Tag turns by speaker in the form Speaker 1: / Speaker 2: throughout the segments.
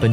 Speaker 1: 本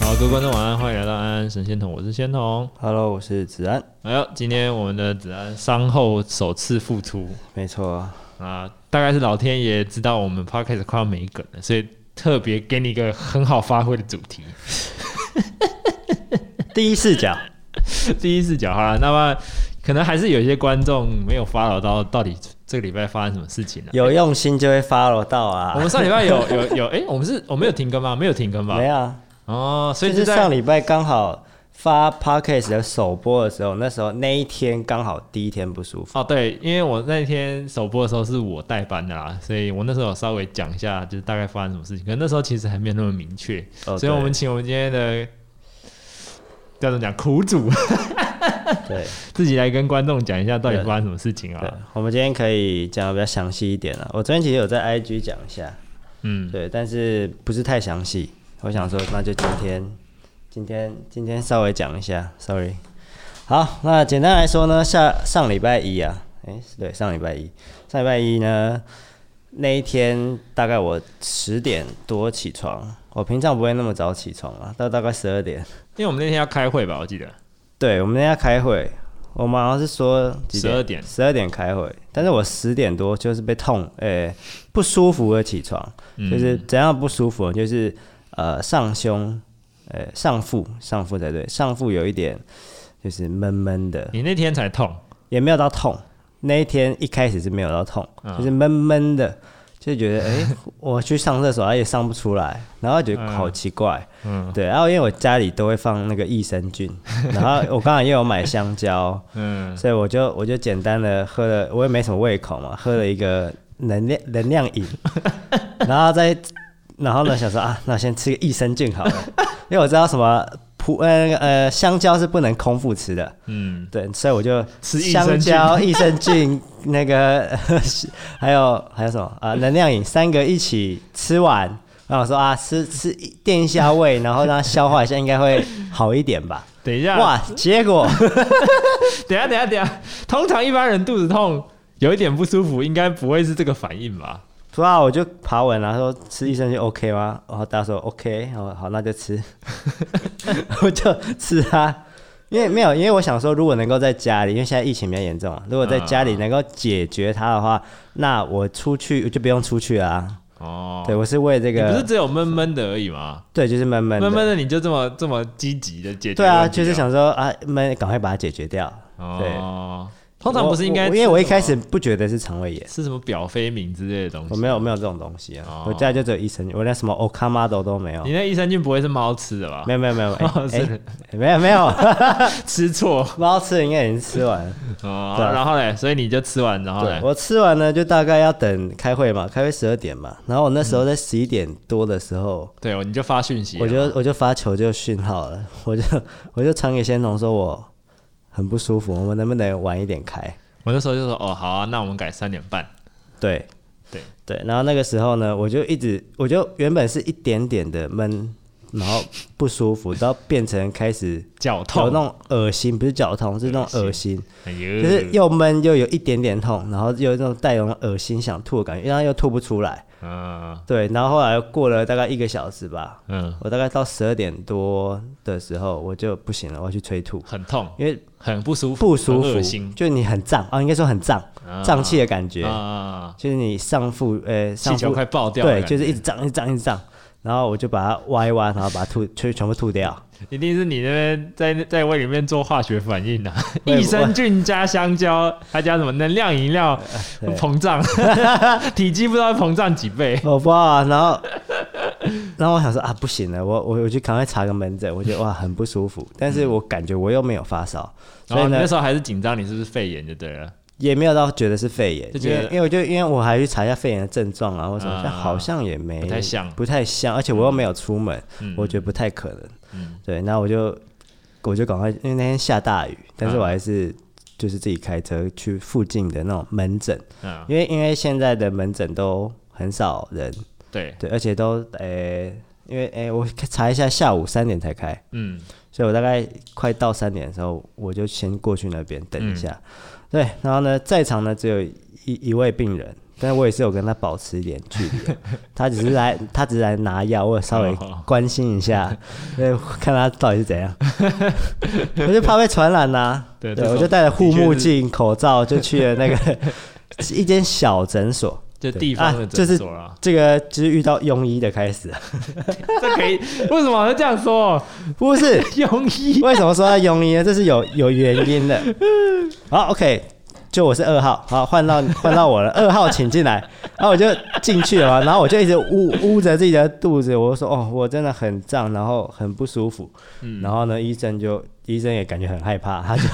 Speaker 1: 好，各位观众晚安，欢迎来到安安神仙童，我是仙童。
Speaker 2: Hello，我是子安。
Speaker 1: 哎呦，今天我们的子安伤后首次复出
Speaker 2: 没错，
Speaker 1: 啊，大概是老天爷知道我们 podcast 快要没梗了，所以特别给你一个很好发挥的主题。
Speaker 2: 第一视角。
Speaker 1: 第一视角好了，那么可能还是有一些观众没有 follow 到到底这个礼拜发生什么事情了、
Speaker 2: 有用心就会 follow 到
Speaker 1: 我
Speaker 2: 啊。
Speaker 1: 们上礼拜有有有，哎、我们是我们有停更吗？没有停更吧
Speaker 2: 没？啊，
Speaker 1: 哦，所
Speaker 2: 就
Speaker 1: 以就是在
Speaker 2: 上礼拜刚好发 podcast 的首播的时候，那时候那一天刚好第一天不舒服。
Speaker 1: 哦对，因为我那天首播的时候是我代班的啦，所以我那时候有稍微讲一下，就是大概发生什么事情，可能那时候其实还没有那么明确，
Speaker 2: 哦
Speaker 1: 所以我们
Speaker 2: 对
Speaker 1: 请我们今天的叫怎么讲苦主
Speaker 2: 对
Speaker 1: 自己来跟观众讲一下到底发生什么事情
Speaker 2: 对
Speaker 1: 啊？，
Speaker 2: 我们今天可以讲的比较详细一点了。啊我昨天其实有在 IG 讲一下，
Speaker 1: 嗯，
Speaker 2: 对，但是不是太详细。我想说，那就今天，今天，今天稍微讲一下，sorry。好，那简单来说呢，下上礼拜一啊，诶、对，上礼拜一，上礼拜一呢，那一天大概我十点多起床，我平常不会那么早起床啊，到大概十二点。
Speaker 1: 因为我们那天要开会吧，我记得
Speaker 2: 对，我们那天要开会，我们好像是说
Speaker 1: 12点
Speaker 2: 十二点开会，但是我十点多就是被痛，诶、不舒服而起床，就是怎样不舒服呢，就是呃上胸，呃上腹，上腹才对，上腹有一点就是闷闷的，
Speaker 1: 你那天才痛，
Speaker 2: 也没有到痛。那一天一开始是没有到痛，
Speaker 1: 嗯
Speaker 2: 就是闷闷的，就觉得哎、诶 我去上厕所，它啊也上不出来，然后觉得好奇怪，
Speaker 1: 嗯
Speaker 2: 对。然后因为我家里都会放那个益生菌，然后我刚好又有买香蕉，
Speaker 1: 嗯，
Speaker 2: 所以我就我就简单的喝了，我也没什么胃口嘛，喝了一个能量能量 饮，然后再然后呢想说啊，那先吃个益生菌好了，因为我知道什么葡呃那个呃香蕉是不能空腹吃的，
Speaker 1: 嗯，
Speaker 2: 对，所以我就
Speaker 1: 吃益生
Speaker 2: 香
Speaker 1: 菌
Speaker 2: 蕉、益生菌那个 还有还有什么啊、能量饮三个一起吃完，然后我说啊吃吃垫一下胃，然后让它消化一下，应该会好一点吧。
Speaker 1: 等一下，
Speaker 2: 哇，结果。
Speaker 1: 等一下，等一下，等一下，通常一般人肚子痛有一点不舒服，应该不会是这个反应吧？
Speaker 2: 不啊，我就爬文啊，说吃益生菌 OK 吗？然后大家说 OK，然后好，那就吃， 我就吃啊。因为没有，因为我想说，如果能够在家里，因为现在疫情比较严重啊，如果在家里能够解决它的话，那我出去就不用出去啊。
Speaker 1: 哦，
Speaker 2: 对，我是为这
Speaker 1: 你不是
Speaker 2: 个，
Speaker 1: 只有闷闷的而已吗？
Speaker 2: 对，就是闷闷的，
Speaker 1: 闷闷的你就这么这么积极的解决问题？
Speaker 2: 对啊，就是想说啊，闷，赶快把它解决掉。
Speaker 1: 哦，通常不是应该
Speaker 2: 我
Speaker 1: 吃什
Speaker 2: 我
Speaker 1: 么，
Speaker 2: 因为我一开始不觉得是肠胃炎。
Speaker 1: 是什么表飞明之类的东西，
Speaker 2: 我没有，没有这种东西啊，
Speaker 1: 哦
Speaker 2: 我家里就只有益生菌，我连什么 Okamado 都没有
Speaker 1: 你，那益生菌不会是猫吃的吧
Speaker 2: 没？有没有没有，哎
Speaker 1: 哦是
Speaker 2: 哎没有没有，
Speaker 1: 吃错
Speaker 2: 猫吃的应该已经吃完了。
Speaker 1: 哦，
Speaker 2: 对啊
Speaker 1: 然后嘞，所以你就吃完，然后嘞
Speaker 2: 对，，我吃完呢，就大概要等开会嘛，开会十二点嘛。然后我那时候在十一点多的时候，
Speaker 1: 对，你就发讯息了，啊
Speaker 2: 我就我就发求救讯号了， 我就我就传给仙童说我很不舒服，我们能不能晚一点开？
Speaker 1: 我那时候就说，哦，好啊，那我们改三点半，
Speaker 2: 对
Speaker 1: 对
Speaker 2: 对，然后那个时候呢，我就一直我就原本是一点点的闷，然后不舒服，到变成开始
Speaker 1: 脚
Speaker 2: 有那
Speaker 1: 痛，
Speaker 2: 种恶心，不是脚痛，是那种恶心。
Speaker 1: 哎
Speaker 2: 就
Speaker 1: 呦
Speaker 2: 是，又闷又有一点点痛，然后又有那种带有那种恶心想吐的感觉，然后又吐不出来。
Speaker 1: 嗯
Speaker 2: 对，然后后来过了大概一个小时吧，
Speaker 1: 嗯，
Speaker 2: 我大概到十二点多的时候我就不行了，我要去催吐，
Speaker 1: 很痛，
Speaker 2: 因为
Speaker 1: 很不舒服，
Speaker 2: 不舒
Speaker 1: 很
Speaker 2: 服
Speaker 1: 恶心，
Speaker 2: 就你很胀啊，应该说很胀，胀气的感觉，
Speaker 1: 啊，
Speaker 2: 就是你上腹呃
Speaker 1: 气
Speaker 2: 上
Speaker 1: 球
Speaker 2: 腹
Speaker 1: 快爆掉了
Speaker 2: 对，
Speaker 1: 感觉，
Speaker 2: 就是一直胀一直胀一直胀，然后我就把它挖一挖，然后把它吐，全全部吐掉。
Speaker 1: 一定是你那边在在胃里面做化学反应的、 啊，
Speaker 2: 我也
Speaker 1: 益生菌加香蕉，还加什么能量饮料，
Speaker 2: 对
Speaker 1: 膨胀，体积不知道膨胀几倍。
Speaker 2: 我不知道啊，然后， 然后我想说啊，不行了，我我我去赶快查个门诊，我觉得哇很不舒
Speaker 1: 嗯
Speaker 2: 服，但是我感觉我又没有发烧，
Speaker 1: 然
Speaker 2: 所
Speaker 1: 后
Speaker 2: 以
Speaker 1: 你
Speaker 2: 呢
Speaker 1: 哦那时候还是紧张，你是不是肺炎就对了？
Speaker 2: 也没有到觉得是肺炎，
Speaker 1: 就
Speaker 2: 因
Speaker 1: 觉得
Speaker 2: 为因为我就因为我还去查一下肺炎的症状啊或什么，
Speaker 1: 啊
Speaker 2: 但好像也没
Speaker 1: 不太像
Speaker 2: 不太像，而且我又没有出门，
Speaker 1: 嗯
Speaker 2: 我觉得不太可能。
Speaker 1: 嗯
Speaker 2: 对，那我就我就赶快，因为那天下大雨，但是我还是就是自己开车去附近的那种门诊，
Speaker 1: 嗯，
Speaker 2: 因为因为现在的门诊都很少人，
Speaker 1: 对，
Speaker 2: 对，而且都诶、因为诶、我查一下，下午三点才开，
Speaker 1: 嗯，
Speaker 2: 所以我大概快到三点的时候，我就先过去那边等一下。
Speaker 1: 嗯
Speaker 2: 对，然后呢，在场呢只有一一位病人，但是我也是有跟他保持一点距离啊，他只是来，他只是来拿药，我有稍微
Speaker 1: 哦
Speaker 2: 关心一下，对，看他到底是怎样，我就怕被传染呐、
Speaker 1: 对
Speaker 2: 对，
Speaker 1: 这
Speaker 2: 我就
Speaker 1: 种
Speaker 2: 戴着护
Speaker 1: 的确
Speaker 2: 目
Speaker 1: 是
Speaker 2: 镜、口罩，就去了那个 一间小诊所。
Speaker 1: 就
Speaker 2: 对
Speaker 1: 地方
Speaker 2: 啊
Speaker 1: 的
Speaker 2: 就
Speaker 1: 诊
Speaker 2: 是
Speaker 1: 所啊，
Speaker 2: 这个就是遇到庸医的开始，
Speaker 1: 这可以？为什么要这样说？
Speaker 2: 不是
Speaker 1: 庸医
Speaker 2: 为什么说它庸医呢？这是有 有原因的。好，OK，就我是二号，好换到换到我了，二号请进来。然后我就进去了嘛，然后我就一直捂捂着自己的肚子，我就说哦，我真的很胀，然后很不舒服。然后呢，医生就医生也感觉很害怕，他就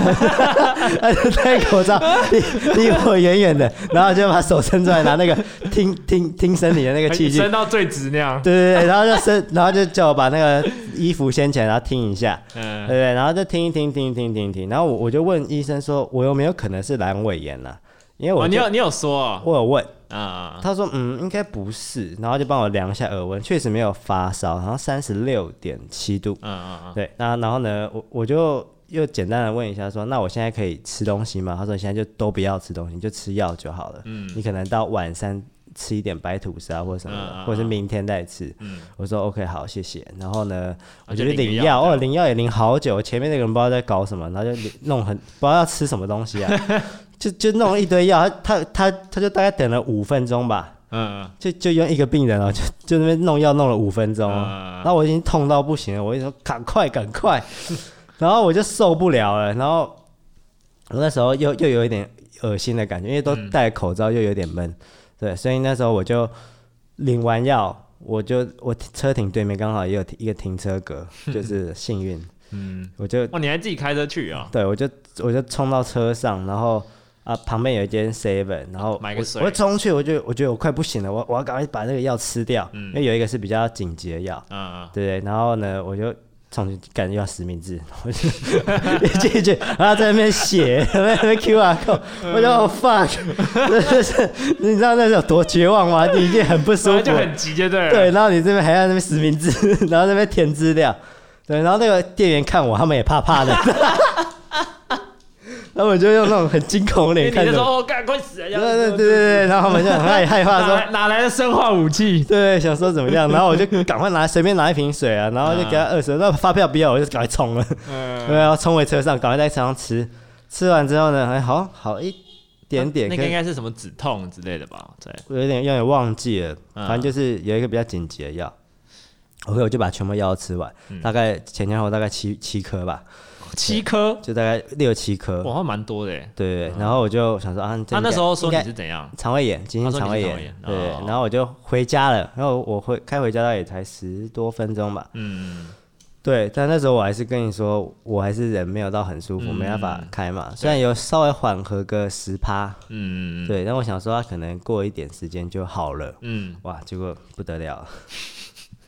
Speaker 2: 他就戴口罩离离我远远的，然后就把手伸出来拿那个听听听声里的那个器具
Speaker 1: 升到最直那样，
Speaker 2: 对对对，然后就伸，然后就叫我把那个衣服掀起来，然后听一下， 对不
Speaker 1: 嗯，
Speaker 2: 对？然后就听一听，听一听，听一听。然后我我就问医生说，我有没有可能是阑尾炎啦、因为我
Speaker 1: 哦，你
Speaker 2: 就、
Speaker 1: 有你有说哦
Speaker 2: 我有问，
Speaker 1: 啊，
Speaker 2: 他说嗯，应该不是，然后就帮我量一下耳温，确实没有发烧，然后三十六点七度。
Speaker 1: 嗯嗯
Speaker 2: 对，那然后呢，我我就又简单的问一下说，那我现在可以吃东西吗？他说你现在就都不要吃东西，你就吃药就好了。
Speaker 1: 嗯
Speaker 2: 你可能到晚上吃一点白吐司啊，或者什么的，
Speaker 1: 嗯嗯
Speaker 2: 或者是明天再吃。
Speaker 1: 嗯
Speaker 2: 我说 OK 好，谢谢。然后呢，我
Speaker 1: 就
Speaker 2: 就去
Speaker 1: 领个
Speaker 2: 领
Speaker 1: 药
Speaker 2: 药，
Speaker 1: 这
Speaker 2: 哦，
Speaker 1: 样
Speaker 2: 领药也领好久，前面那个人不知道在搞什么，然后就领弄很不知道要吃什么东西啊， 就就弄一堆药，他他他他就大概等了五分钟吧，
Speaker 1: 嗯嗯
Speaker 2: 就就用一个病人哦，就就那边弄药弄了五分钟哦，
Speaker 1: 嗯
Speaker 2: 然后我已经痛到不行了，我就说赶快赶 快，然后我就受不了了，然后我那时候又又有一点恶心的感觉，因为都戴口罩又有点闷，对，所以那时候我就领完药，我就我车停对面刚好也有停一个停 车格，就是幸运，
Speaker 1: 嗯，
Speaker 2: 我就
Speaker 1: 哇，你还自己开车去啊？
Speaker 2: 对我就我就冲到车上，然后啊旁边有一间 seven，然后
Speaker 1: 买个
Speaker 2: 我
Speaker 1: 水
Speaker 2: 我就冲去，我就我觉得我快不行了，我我要赶快把那个药吃掉，因为有一个是比较紧急的药。
Speaker 1: 嗯
Speaker 2: 对然后呢，我就冲进去，感觉要实名制，我就一进去，然后在那边写，在那边 QR code，我就哦
Speaker 1: 嗯
Speaker 2: fuck，真的是，你知道那是有多绝望吗？你已经很不舒
Speaker 1: 所以
Speaker 2: 服
Speaker 1: 就
Speaker 2: 了，
Speaker 1: 很急，就对了。
Speaker 2: 对，然后你这边还要那边实名制，然后那边填资料，对，然后那个店员看我，他们也怕怕的。 然后我就用那种很惊恐的
Speaker 1: 因为
Speaker 2: 脸
Speaker 1: 你
Speaker 2: 看
Speaker 1: 就
Speaker 2: 着
Speaker 1: 说
Speaker 2: 我，
Speaker 1: 哦，干快死了，
Speaker 2: 对对对对对，然后他们就很害害怕
Speaker 1: 哪
Speaker 2: 说，
Speaker 1: 来哪来的生化武器？
Speaker 2: 对，想说怎么 样，然后我就赶快拿随便拿一瓶水啊，然后就给他二十，那发票不要，我就赶快冲了，对，
Speaker 1: 嗯，
Speaker 2: 然后冲回车上，赶快在车上吃，吃完之后呢，还好好一点点，
Speaker 1: 那个
Speaker 2: 可是
Speaker 1: 应该是什么止痛之类的吧？对，
Speaker 2: 我有点有点忘记了，
Speaker 1: 嗯
Speaker 2: 反正就是有一个比较紧急的药。OK，我就把全部药都吃完，
Speaker 1: 嗯
Speaker 2: 大概前前后后大概七七颗吧，
Speaker 1: 七颗，
Speaker 2: 就大概六七颗。
Speaker 1: 哇，蛮多的耶。
Speaker 2: 对对，对然后我就想说啊，这
Speaker 1: 他
Speaker 2: 应
Speaker 1: 那
Speaker 2: 该
Speaker 1: 时候说
Speaker 2: 应该
Speaker 1: 你是怎样？
Speaker 2: 肠胃炎，急性
Speaker 1: 他说你
Speaker 2: 肠胃
Speaker 1: 是
Speaker 2: 炎，
Speaker 1: 肠胃炎
Speaker 2: 对，对
Speaker 1: 哦
Speaker 2: 然后我就回家了，然后我回开回家大概也才十多分钟吧，
Speaker 1: 嗯，
Speaker 2: 对，但那时候我还是跟你说，我还是人没有到很舒服，
Speaker 1: 嗯
Speaker 2: 没办法开嘛。虽然有稍微缓和个十趴，
Speaker 1: 嗯
Speaker 2: 对，但我想说他啊可能过一点时间就好了。
Speaker 1: 嗯，
Speaker 2: 哇，结果不得了，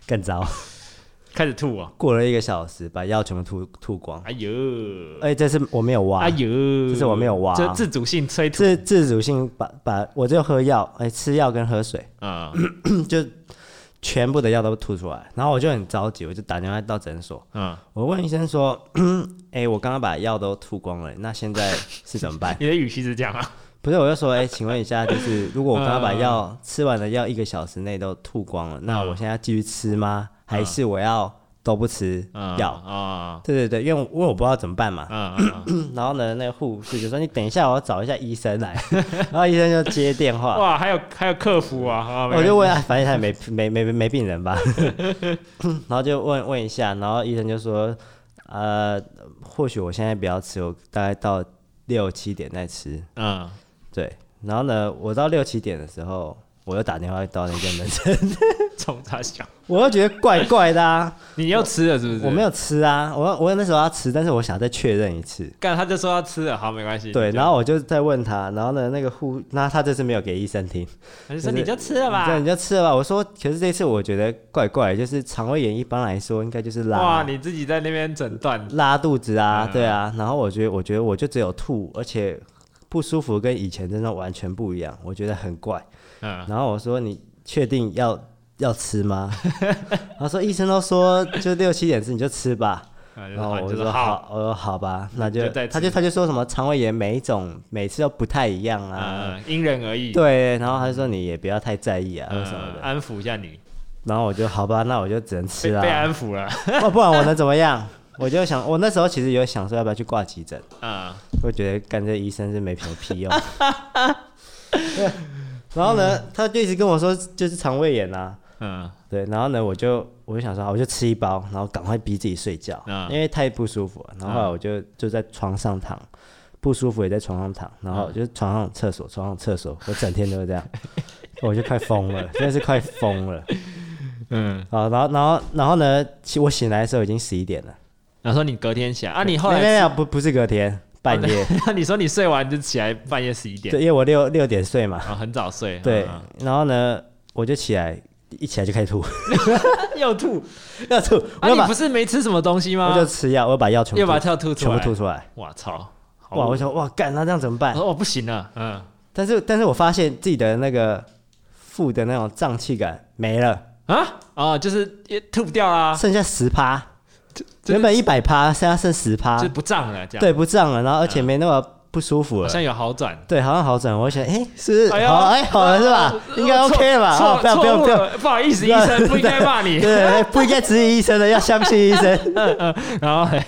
Speaker 2: 更糟，
Speaker 1: 开始吐啊！
Speaker 2: 过了一个小时，把药全部吐吐光。
Speaker 1: 哎呦，
Speaker 2: 而且这次我没有挖，
Speaker 1: 哎呦，
Speaker 2: 这是我没有挖
Speaker 1: 这自主性催吐
Speaker 2: 自自主性把把我就喝药，哎、吃药跟喝水，
Speaker 1: 啊，
Speaker 2: 就全部的药都吐出来。然后我就很着急，我就打电话到诊所，
Speaker 1: 嗯，
Speaker 2: 我问医生说：“ 哎、我刚刚把药都吐光了，那现在是怎么办
Speaker 1: 你的语气是这样啊？？”
Speaker 2: 不是，我就说：“哎、请问 一下，就是如果我刚刚
Speaker 1: 嗯
Speaker 2: 把药吃完的药一个小时内都吐光了，那我现在要继续吃吗？还是我要都不吃
Speaker 1: 嗯
Speaker 2: 药？”
Speaker 1: 啊，
Speaker 2: 对对对，因为我因为我不知道怎么办嘛。
Speaker 1: 嗯嗯，嗯
Speaker 2: 然后呢，那个护士就说：“你等一下，我要找一下医生来。” 然后医生就接电话，
Speaker 1: 哇，还有还有客服啊，啊
Speaker 2: 我啊就问，啊反正他也没没没没没病人吧， 然后就问问一下，然后医生就说，呃，或许我现在不要吃，我大概到六七点再吃。
Speaker 1: 嗯
Speaker 2: 对，然后呢，我到六七点的时候，我又打电话到那间门诊，
Speaker 1: 冲他笑，
Speaker 2: 我又觉得怪怪的啊，
Speaker 1: 你要吃了是不是？
Speaker 2: 我没有吃啊，我我那时候要吃，但是我想再确认一次。
Speaker 1: 干，他就说要吃了，好，没关系。
Speaker 2: 对，
Speaker 1: 你就
Speaker 2: 然后我就再问他，然后呢，那个护，那他这次没有给医生听，
Speaker 1: 他就说
Speaker 2: 就是
Speaker 1: 你就吃了
Speaker 2: 这样
Speaker 1: 吧
Speaker 2: 你。就吃了吧。我说，可是这次我觉得怪怪，就是肠胃炎一般来说应该就是拉
Speaker 1: 哇，你自己在那边诊断，
Speaker 2: 拉肚子啊，
Speaker 1: 嗯
Speaker 2: 对啊。然后我觉得，我觉得我就只有吐，而且不舒服跟以前真的完全不一样，我觉得很怪。
Speaker 1: 嗯，
Speaker 2: 然后我说，你确定要要吃吗？ 他说医生都说就六七点吃你就吃吧。
Speaker 1: 然
Speaker 2: 然后我
Speaker 1: 就
Speaker 2: 说
Speaker 1: 说嗯好，
Speaker 2: 好，我说好吧，那
Speaker 1: 你就
Speaker 2: 就
Speaker 1: 再
Speaker 2: 他
Speaker 1: 吃
Speaker 2: 就他就说什么肠胃炎每一种每次都不太一样啊，
Speaker 1: 嗯，因人而异，
Speaker 2: 对，然后他就说你也不要太在意啊什么
Speaker 1: 嗯，
Speaker 2: 的，
Speaker 1: 安抚一下你，
Speaker 2: 然后我就好吧，那我就只能
Speaker 1: 被
Speaker 2: 吃
Speaker 1: 被
Speaker 2: 啊，
Speaker 1: 安抚了，
Speaker 2: 不不然我能怎么样？我就想，我那时候其实有想说要不要去挂急诊，
Speaker 1: 嗯，
Speaker 2: 我觉得干这医生是没什么 屁用。对然后呢，他就一直跟我说就是肠胃炎啊，
Speaker 1: 嗯，
Speaker 2: 对，然后呢，我就我就想说，好我就吃一包，然后赶快逼自己睡觉，
Speaker 1: 嗯
Speaker 2: 因为太不舒服了。然
Speaker 1: 啊
Speaker 2: 后后来我就就在床上躺，不舒服也在床上躺，然
Speaker 1: 啊
Speaker 2: 后就床上厕所，床上厕所，我整天都是这样，我就快疯了，真的是快疯了。
Speaker 1: 嗯，
Speaker 2: 好，然后然后然后呢，其我醒来的时候已经十一点了，
Speaker 1: 然后说你隔天起来啊，你后
Speaker 2: 没有没
Speaker 1: 来，哦
Speaker 2: 有不不是隔天半夜，
Speaker 1: 那 你说你睡完就起来半夜十一点
Speaker 2: 对，，因为我六六点睡嘛，
Speaker 1: 然后很早睡，
Speaker 2: 对
Speaker 1: 嗯，
Speaker 2: 然后呢，我就起来。一起来就开始吐，
Speaker 1: 嗯又吐，
Speaker 2: 要吐，我
Speaker 1: 啊，
Speaker 2: 要
Speaker 1: 你
Speaker 2: 把、
Speaker 1: 不是没吃什么东西
Speaker 2: 我
Speaker 1: 吗
Speaker 2: 就？吃药，我要把药全部
Speaker 1: 又把
Speaker 2: 吐
Speaker 1: 跳吐出
Speaker 2: 全部
Speaker 1: 来，
Speaker 2: 吐出来，
Speaker 1: 我操，好
Speaker 2: 哇，
Speaker 1: 恶
Speaker 2: 我想哇干，那这样怎么办
Speaker 1: 我？说我不行了，嗯，
Speaker 2: 但是但是我发现自己的那个腹的那种胀气感没了，
Speaker 1: 啊啊，就是也吐不掉啦，
Speaker 2: 剩下十趴，
Speaker 1: 啊就是
Speaker 2: 原本一百趴，现在剩十趴
Speaker 1: 就，不胀了，这样，
Speaker 2: 对，不胀了，然后而且没那么不舒服
Speaker 1: 好
Speaker 2: 了。
Speaker 1: 像有好转。
Speaker 2: 对，好像好转，我想，哎、是不
Speaker 1: 哎
Speaker 2: 是
Speaker 1: 呦呃
Speaker 2: 好，哎、好了是吧？应该 OK 了吧？
Speaker 1: 错
Speaker 2: 哦，不要不要不要，
Speaker 1: 错误了不好意思，医生不应该骂你。
Speaker 2: 对，不应该质疑医生的，要相信医 生。
Speaker 1: 然后嘞，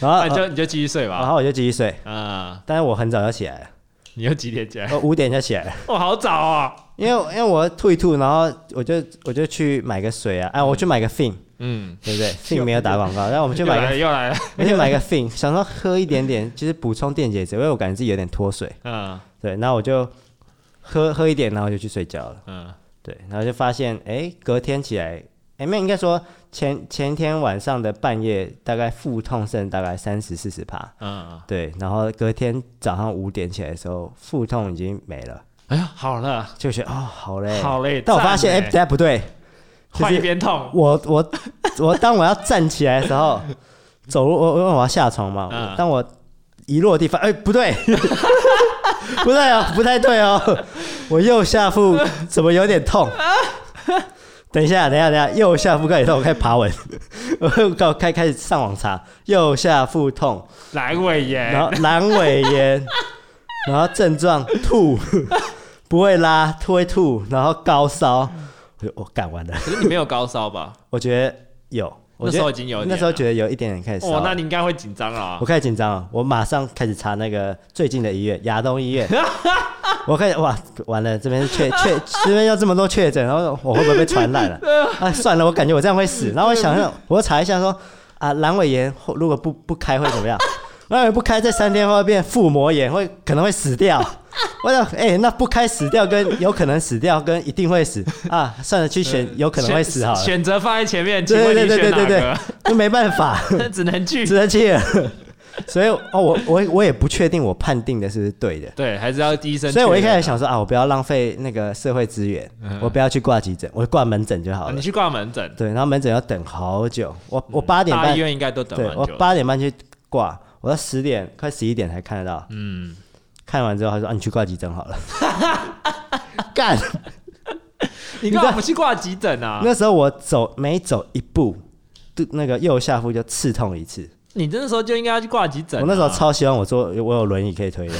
Speaker 2: 然
Speaker 1: 啊
Speaker 2: 后
Speaker 1: 你就你就继续睡
Speaker 2: 然
Speaker 1: 吧。
Speaker 2: 后我就继续睡，
Speaker 1: 啊，
Speaker 2: 但是我很早就起来了，
Speaker 1: 你又几点起来？
Speaker 2: 我五点就起来了，
Speaker 1: 哇，好早啊。
Speaker 2: 因为因为我吐一吐，然后我就我就去买个水啊，哎、我去买个 Fin，
Speaker 1: 嗯，
Speaker 2: 对不对？Fin 没有打广告，然后我们去
Speaker 1: 又
Speaker 2: 买个
Speaker 1: 来了又来了。
Speaker 2: 我就买个 Fin，想说喝一点点，就是补充电解质，因为我感觉自己有点脱水。
Speaker 1: 嗯
Speaker 2: 对，然后我就喝喝一点，然后就去睡觉了。
Speaker 1: 嗯
Speaker 2: 对，然后就发现，哎，隔天起来，哎，没有应该说前前一天晚上的半夜，大概腹痛剩大概三十四十趴。
Speaker 1: 嗯，
Speaker 2: 对，然后隔天早上五点起来的时候，腹痛已经没了，
Speaker 1: 哎呀，好了，
Speaker 2: 就觉得哦，好嘞，
Speaker 1: 好嘞
Speaker 2: 但我发
Speaker 1: 赞
Speaker 2: 现，哎，
Speaker 1: 嘞
Speaker 2: 等下不对，就
Speaker 1: 换一
Speaker 2: 是
Speaker 1: 边痛。
Speaker 2: 我我 我当我要站起来的时候，走路我因为我要下床嘛，
Speaker 1: 嗯
Speaker 2: 当我一落地方，哎、不对， 不对哦，不太对哦，我右下腹怎么有点痛？等一下，等一下，等一下，右下腹开始痛，我开始爬文，我刚开开始上网查右下腹痛，
Speaker 1: 阑尾炎
Speaker 2: 然，后阑尾炎，然后症状吐，不会拉，吐会吐，然后高烧，我就我干完了。
Speaker 1: 可是你没有高烧吧？
Speaker 2: 我觉得有，我觉
Speaker 1: 那时候
Speaker 2: 得
Speaker 1: 已经有一点
Speaker 2: 那时候觉得有一点点开始烧了。
Speaker 1: 哦，那你应该会紧张啊
Speaker 2: 我。开始紧张了，我马上开始查那个最近的医院，亚 东医院。我开始哇，完了，这边确确这边要这么多确诊，然后我会不会被传染了、 啊？算了，我感觉我这样会死。然后我想想，我查一下说啊，阑尾炎或如果不不开会怎么样？阑尾炎不开，这三天会变腹膜炎，会可能会死掉。我想，哎、那不开死掉跟有可能死掉跟一定会死啊，算了，去选有可能会死好了，
Speaker 1: 选择放在前面，请
Speaker 2: 对
Speaker 1: 问你
Speaker 2: 对对
Speaker 1: 选
Speaker 2: 对对
Speaker 1: 哪
Speaker 2: 那没办法。
Speaker 1: 个？ 只能 去。
Speaker 2: 只能去了。所以哦，我我我也不确定我判定的是不是对的，
Speaker 1: 对，还是要医生确认啊。
Speaker 2: 所以我一开始想说啊，我不要浪费那个社会资源，我不要去挂急诊，我挂门诊就
Speaker 1: 啊，
Speaker 2: 好了
Speaker 1: 你。去挂门诊，
Speaker 2: 对，然后门诊要等好久，我我八点
Speaker 1: 大医
Speaker 2: 半，
Speaker 1: 院应该都等
Speaker 2: 对我
Speaker 1: 蛮久。
Speaker 2: 八点半去挂，我到十点快十一点才看得到。
Speaker 1: 嗯，
Speaker 2: 看完之后他说啊，你去挂急诊好了。干，
Speaker 1: 你
Speaker 2: 知
Speaker 1: 干
Speaker 2: 道
Speaker 1: 嘛不去挂急诊啊？
Speaker 2: 那时候我走每走一步，肚那个右下腹就刺痛一次。
Speaker 1: 你那时候就应该要去挂急诊啊。
Speaker 2: 我那时候超希望我坐，我有轮椅可 以推的。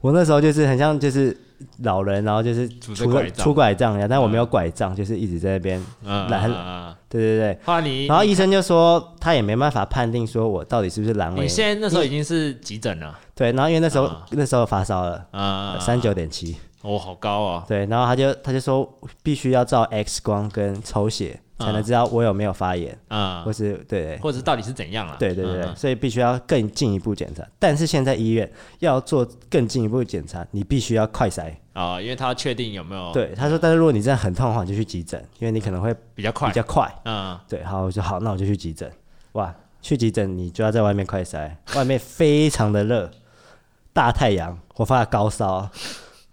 Speaker 2: 我那时候就是很像就是老人，然后就是
Speaker 1: 拄着
Speaker 2: 出
Speaker 1: 拐
Speaker 2: 个
Speaker 1: 杖
Speaker 2: 出拐杖一样，但我没有拐杖，就是一直在那边。
Speaker 1: 嗯，
Speaker 2: 懒
Speaker 1: 嗯嗯
Speaker 2: 对对对。
Speaker 1: 嗯后来你
Speaker 2: 啊然后医生就说他也没办法判定说我到底是不是阑尾
Speaker 1: 你现
Speaker 2: 炎。
Speaker 1: 在那时候已经是急诊了，
Speaker 2: 对，然后因为那时候
Speaker 1: 啊
Speaker 2: 那时候发烧了，
Speaker 1: 啊，
Speaker 2: 三九点七。
Speaker 1: 哦，好高啊，
Speaker 2: 对，然后他就他就说必须要照 X 光跟抽血才能知道我有没有发炎，
Speaker 1: 啊
Speaker 2: 或，是对
Speaker 1: 或者是到底是怎样了？
Speaker 2: 对对
Speaker 1: 嗯
Speaker 2: 对对，，所以必须要更进一步检查。但是现在医院要做更进一步检查，你必须要快筛。
Speaker 1: 啊、因为他要确定有没有
Speaker 2: 对，他说，但是如果你真的很痛的话，你就去急诊，因为你可能会
Speaker 1: 比较快
Speaker 2: 比，较快。
Speaker 1: 嗯，
Speaker 2: 对，好，我就好，那我就去急诊。哇，去急诊你就要在外面快筛，外面非常的热，大太阳，我发了高烧，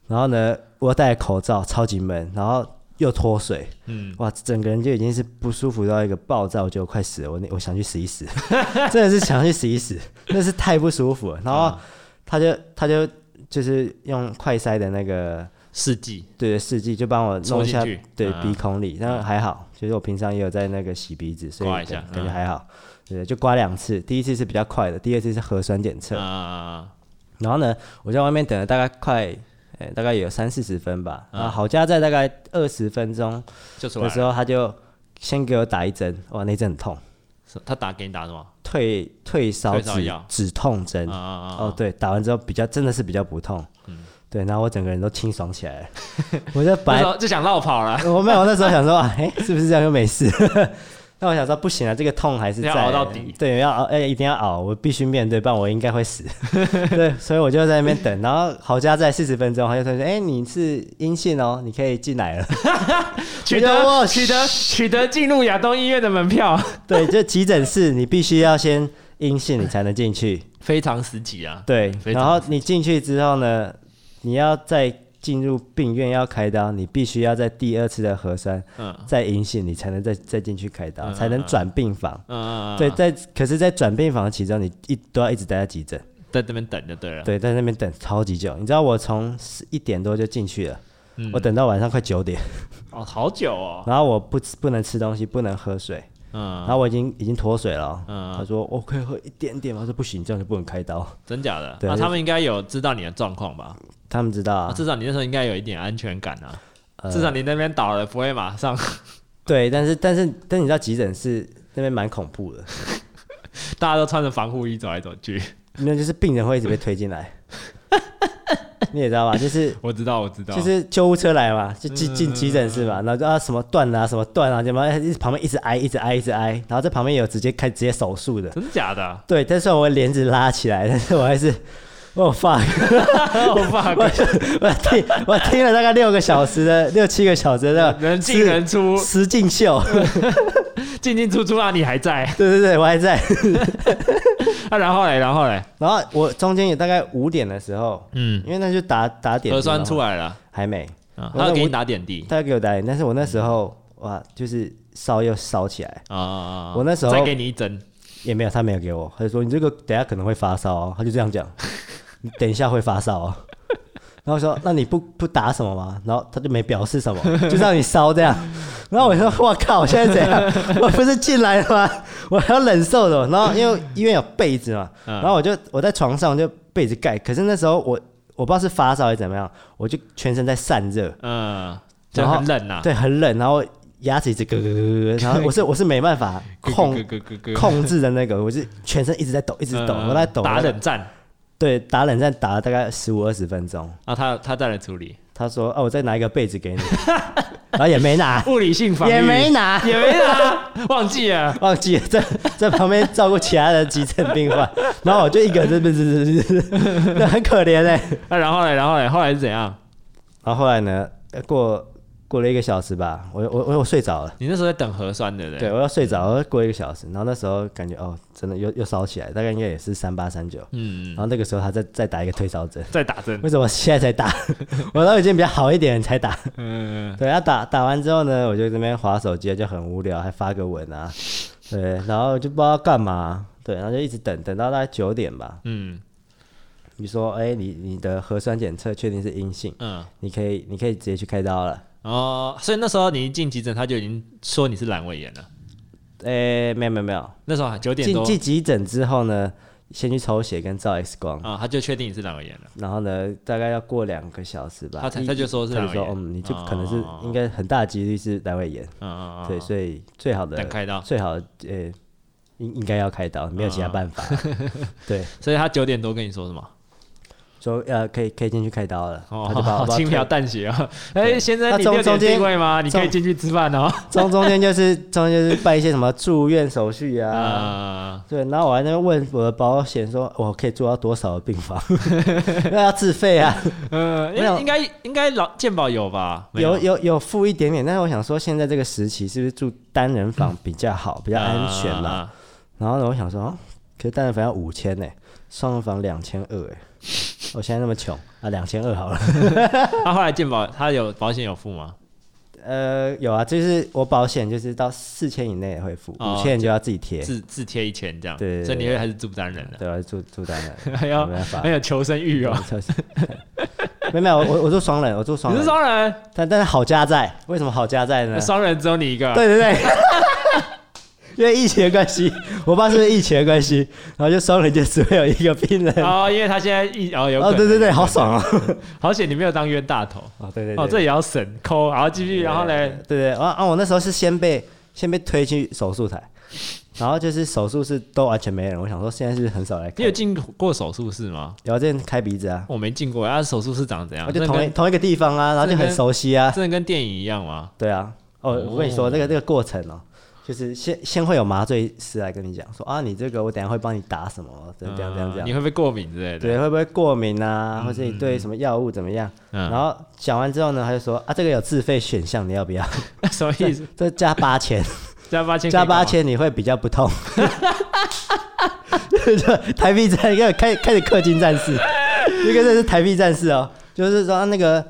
Speaker 2: 然后呢，我又戴口罩，超级闷，然后又脱水，嗯，哇，整个人就已经是不舒服到一个爆炸，我觉得我快死了，我那我想去死一死， 真的是想去死一死，那是太不舒服了。然后他就他就就是用快筛的那个。
Speaker 1: 试剂
Speaker 2: 对试剂就帮我弄一下
Speaker 1: 戳进去，
Speaker 2: 对
Speaker 1: 嗯
Speaker 2: 鼻孔里，但还好，就是我平常也有在那个洗鼻子，所以
Speaker 1: 刮一下
Speaker 2: 感感
Speaker 1: 嗯
Speaker 2: 觉还好。对，就刮两次，第一次是比较快的，第二次是核酸检测。
Speaker 1: 啊、
Speaker 2: 然后呢，我在外面等了大概快，呃，大概也有三四十分吧。
Speaker 1: 嗯
Speaker 2: 然后好家在大概二十分钟
Speaker 1: 就出来
Speaker 2: 的时
Speaker 1: 了。
Speaker 2: 候，他就先给我打一针，哇，那针很痛，
Speaker 1: 是他打给你打什么？
Speaker 2: 退退烧
Speaker 1: 退烧
Speaker 2: 止
Speaker 1: 药
Speaker 2: 止痛针
Speaker 1: 啊。啊嗯啊！
Speaker 2: 哦，对，打完之后比较真的是比较不痛，对，然后我整个人都清爽起 来了。我就
Speaker 1: 那
Speaker 2: 本来
Speaker 1: 时候就想绕跑 了，
Speaker 2: 我没有，那时候想说，哎、是不是这样就没事？ 但我想说，不行啊，这个痛还是在，
Speaker 1: 要熬到底
Speaker 2: 对，要熬，哎、一定要熬，我必须面对，不然我应该会死。 对，所以我就在那边等，然后好家在四十分钟，他就说，哎、你是阴性哦，你可以进来了。
Speaker 1: 取
Speaker 2: 哎我就
Speaker 1: 得
Speaker 2: 哇
Speaker 1: 取得取得进入亚东医院的门票，
Speaker 2: 对，就急诊室，你必须要先阴性，你才能 进去。
Speaker 1: 非常时期啊！
Speaker 2: 对，
Speaker 1: 非常
Speaker 2: 然后你进去之后呢，你要再进入病院要开刀，你必须要在第二次的核酸
Speaker 1: 嗯
Speaker 2: 再阴性，你才能再再进去开刀，
Speaker 1: 嗯
Speaker 2: 才
Speaker 1: 嗯
Speaker 2: 能
Speaker 1: 嗯
Speaker 2: 转病房。
Speaker 1: 嗯嗯，嗯
Speaker 2: 对，
Speaker 1: 嗯
Speaker 2: 在可是，在转病房其中，你一都要一直待在急诊，
Speaker 1: 在这边等就对了。
Speaker 2: 对，在那边等超级久。你知道我从一点多就进去了，
Speaker 1: 嗯
Speaker 2: 我等到晚上快九点，
Speaker 1: 哦，好久哦，
Speaker 2: 然后我不吃不能吃东西，不能喝水，然
Speaker 1: 嗯，
Speaker 2: 后我已经已经脱水了哦。
Speaker 1: 嗯
Speaker 2: 他说我可以喝一点点吗？我说不行，这样就不能开刀。
Speaker 1: 真假的？
Speaker 2: 对
Speaker 1: 那
Speaker 2: 就
Speaker 1: 他们应该有知道你的状况吧？
Speaker 2: 他们知道啊，
Speaker 1: 至少你那时候应该有一点安全感啊，
Speaker 2: 呃
Speaker 1: 至少你那边倒了不会马上
Speaker 2: 对，但是但是但你知道急诊室那边蛮恐怖的，
Speaker 1: 大家都穿着防护衣走来走去。
Speaker 2: 没有就是病人会一直被推进来， 你也知道吧？就是
Speaker 1: 我知道，我知道，
Speaker 2: 就是救护车来嘛，就进进急诊
Speaker 1: 嗯
Speaker 2: 室嘛，然后就啊什么断啊什么断啊，什么一直旁边一直挨一直挨一直挨，然后在旁边有直接开直接手术的，？
Speaker 1: 真假的
Speaker 2: 对，但是我帘子拉起来，但是我还是 我 fuck，
Speaker 1: 我 fuck，
Speaker 2: 哦我听我听了大概六个小时的六七个小时的
Speaker 1: 人进人出，
Speaker 2: 实 境秀，
Speaker 1: 进进出出啊，你还在
Speaker 2: 对对对，我还在。
Speaker 1: 啊？然后嘞，然后嘞，
Speaker 2: 然后我中间也大概五点的时候，
Speaker 1: 嗯，
Speaker 2: 因为那就打打点
Speaker 1: 核酸
Speaker 2: 滴嘛
Speaker 1: 出来了，
Speaker 2: 还没，
Speaker 1: 啊
Speaker 2: 我
Speaker 1: 他要给
Speaker 2: 我
Speaker 1: 你打点滴
Speaker 2: 他要给我打点，但是我那时候哇，就是烧又烧起来。
Speaker 1: 啊啊，啊
Speaker 2: 我那时候
Speaker 1: 再给你一针，
Speaker 2: 也没有，他没有给我，他就说你这个等一下可能会发烧、哦，他就这样讲，你等一下会发烧、哦。然后说那你不不打什么吗？然后他就没表示什么，就让你烧这样。然后我说我靠，我现在怎样？我不是进来了吗？我还要忍受的。然后因为医院有被子嘛，
Speaker 1: 嗯
Speaker 2: 然后我就我在床上就被子盖，可是那时候我我不知道是发烧还是怎么样，我就全身在散热，
Speaker 1: 嗯，就
Speaker 2: 然后
Speaker 1: 很冷啊呐，
Speaker 2: 对，很冷，然后牙齿一直咯咯咯咯咯，然后我是我是没办法
Speaker 1: 咯
Speaker 2: 控
Speaker 1: 咯咯咯咯
Speaker 2: 控制的那个，我是全身一直在抖，一直抖，
Speaker 1: 嗯
Speaker 2: 我在抖。
Speaker 1: 打
Speaker 2: 我在
Speaker 1: 冷战
Speaker 2: 对，打冷战打了大概十五二十分钟。
Speaker 1: 啊，他他再来处理，
Speaker 2: 他说：“哦、我再拿一个被子给你。”然后也没拿，
Speaker 1: 物理性防御
Speaker 2: 也没啊拿，
Speaker 1: 也没拿， 忘记了，
Speaker 2: 忘记了在在旁边照顾其他的急诊病患，然后我就一个人在那边滋滋滋滋滋，那很可怜嘞、
Speaker 1: 啊，然后嘞，然后嘞，后来是怎样？
Speaker 2: 然后后来呢，呃过过了一个小时吧，我我我我睡着了。
Speaker 1: 你那时候在等核酸的人，
Speaker 2: 对，我要睡着，我过一个小时，然后那时候感觉哦，真的又又烧起来，大概应该也是三八三九，
Speaker 1: 嗯，
Speaker 2: 然后那个时候他再再打一个退烧针，
Speaker 1: 在打针，
Speaker 2: 为什么现在才 打？我都已经比较好一点才打。
Speaker 1: 嗯，
Speaker 2: 对，要啊打打完之后呢，我就这边划手机，就很无聊，还发个文 啊，对，然后就不知道干嘛，对，然后就一直等，等到大概九点吧。
Speaker 1: 嗯
Speaker 2: 你说，哎、你你的核酸检测确定是阴性，
Speaker 1: 嗯，
Speaker 2: 你可以你可以直接去开刀了。
Speaker 1: 哦，所以那时候你一进急诊，他就已经说你是阑尾炎了。
Speaker 2: 哎、没有没有没有，
Speaker 1: 那时候九点
Speaker 2: 进
Speaker 1: 多
Speaker 2: 进急诊之后呢，先去抽血跟照 X 光，
Speaker 1: 啊，他就确定你是阑尾炎了。
Speaker 2: 然后呢，大概要过两个小时吧，
Speaker 1: 他才
Speaker 2: 一
Speaker 1: 他就说是
Speaker 2: 他就
Speaker 1: 阑尾
Speaker 2: 说，
Speaker 1: 炎
Speaker 2: 嗯，你就可能是
Speaker 1: 哦
Speaker 2: 应该很大几率是阑尾炎。
Speaker 1: 嗯嗯嗯，
Speaker 2: 对，所以最好的
Speaker 1: 等开刀
Speaker 2: 最好的呃
Speaker 1: 哦
Speaker 2: 应应该要开刀，没有其他办法。对，
Speaker 1: 所以他九点多跟你说什么？
Speaker 2: 说呃可以可以进去开刀了，
Speaker 1: 哦
Speaker 2: 他就把，我
Speaker 1: 好
Speaker 2: 把我
Speaker 1: 轻描
Speaker 2: 推
Speaker 1: 淡写啊！哎，先
Speaker 2: 那
Speaker 1: 生，你
Speaker 2: 中
Speaker 1: 没有
Speaker 2: 中
Speaker 1: 点
Speaker 2: 间
Speaker 1: 定位吗？你可以
Speaker 2: 中
Speaker 1: 进去吃饭哦。
Speaker 2: 中中间就是中间就是办一些什么住院手续啊。
Speaker 1: 啊，
Speaker 2: 对，然后我还在那边问我的保险说，我可以住到多少的病房？ 那要自费啊，
Speaker 1: 呃，
Speaker 2: 没有
Speaker 1: 应应该应该老健保有吧？没
Speaker 2: 有有有付一点点，但是我想说，现在这个时期是不是住单人房比较好，比较安全嘛？
Speaker 1: 啊
Speaker 2: 然后呢，我想说，哦可是单人房要五千呢，双人房两千二哎，我现在那么穷啊，两千二好了。
Speaker 1: 他啊后来健保他有保险有付吗？
Speaker 2: 呃，有啊，就是我保险就是到四千以内会付，
Speaker 1: 哦
Speaker 2: 五千就要自己贴，
Speaker 1: 自自贴一千这样，
Speaker 2: 对对
Speaker 1: 所以你
Speaker 2: 对
Speaker 1: 会还是住不单人的，
Speaker 2: 对啊，住住单 人，
Speaker 1: 还要
Speaker 2: 没办啊法
Speaker 1: 很有求生欲 哦。
Speaker 2: 就是没有没有，我我住双人，我住双
Speaker 1: 你
Speaker 2: 人
Speaker 1: 是，双人，
Speaker 2: 但但是好家在，为什么好家在呢？
Speaker 1: 双人只有你一个，啊
Speaker 2: 对对对， 因为疫情的关系，我爸是不是疫情的关系，然后就双人就只会有一个病人。
Speaker 1: 哦，因为他现在一哦有可
Speaker 2: 哦，
Speaker 1: 能
Speaker 2: 对对对，好 爽哦！
Speaker 1: 好险你没有当冤大头
Speaker 2: 哦，对对对，
Speaker 1: 哦，这也要省抠，然后继续，然后
Speaker 2: 对
Speaker 1: 嘞，
Speaker 2: 对对，啊啊！我那时候是先被先被推去手术台，然后就是手术室都完全没人，我想说现在是不是很少来
Speaker 1: 你
Speaker 2: 看
Speaker 1: 有，进过手术室吗？
Speaker 2: 然后这开鼻子啊，
Speaker 1: 我没进过，啊，手术室长怎样？
Speaker 2: 我哦就
Speaker 1: 真的
Speaker 2: 同一
Speaker 1: 跟
Speaker 2: 同一个地方啊，然后就很熟悉啊，
Speaker 1: 真的跟电影一样吗？
Speaker 2: 对啊，哦，我跟你说这个这个过程哦。就是先先会有麻醉师来跟你讲说啊，你这个我等一下会帮你打什么，这样这样这样这
Speaker 1: 嗯你
Speaker 2: 样，
Speaker 1: 会不会过敏之类的？
Speaker 2: 对，会不会过敏啊，或者你对什么药物怎么样？然
Speaker 1: 嗯，
Speaker 2: 后讲完之后呢，他就说啊，这个有自费选项，你要不要？
Speaker 1: 什么意思？
Speaker 2: 这加八千，
Speaker 1: 加八千，
Speaker 2: 加八，千你会比较不痛。 台币战一个开开始氪金战士，一个这是台币战士哦，就是说那个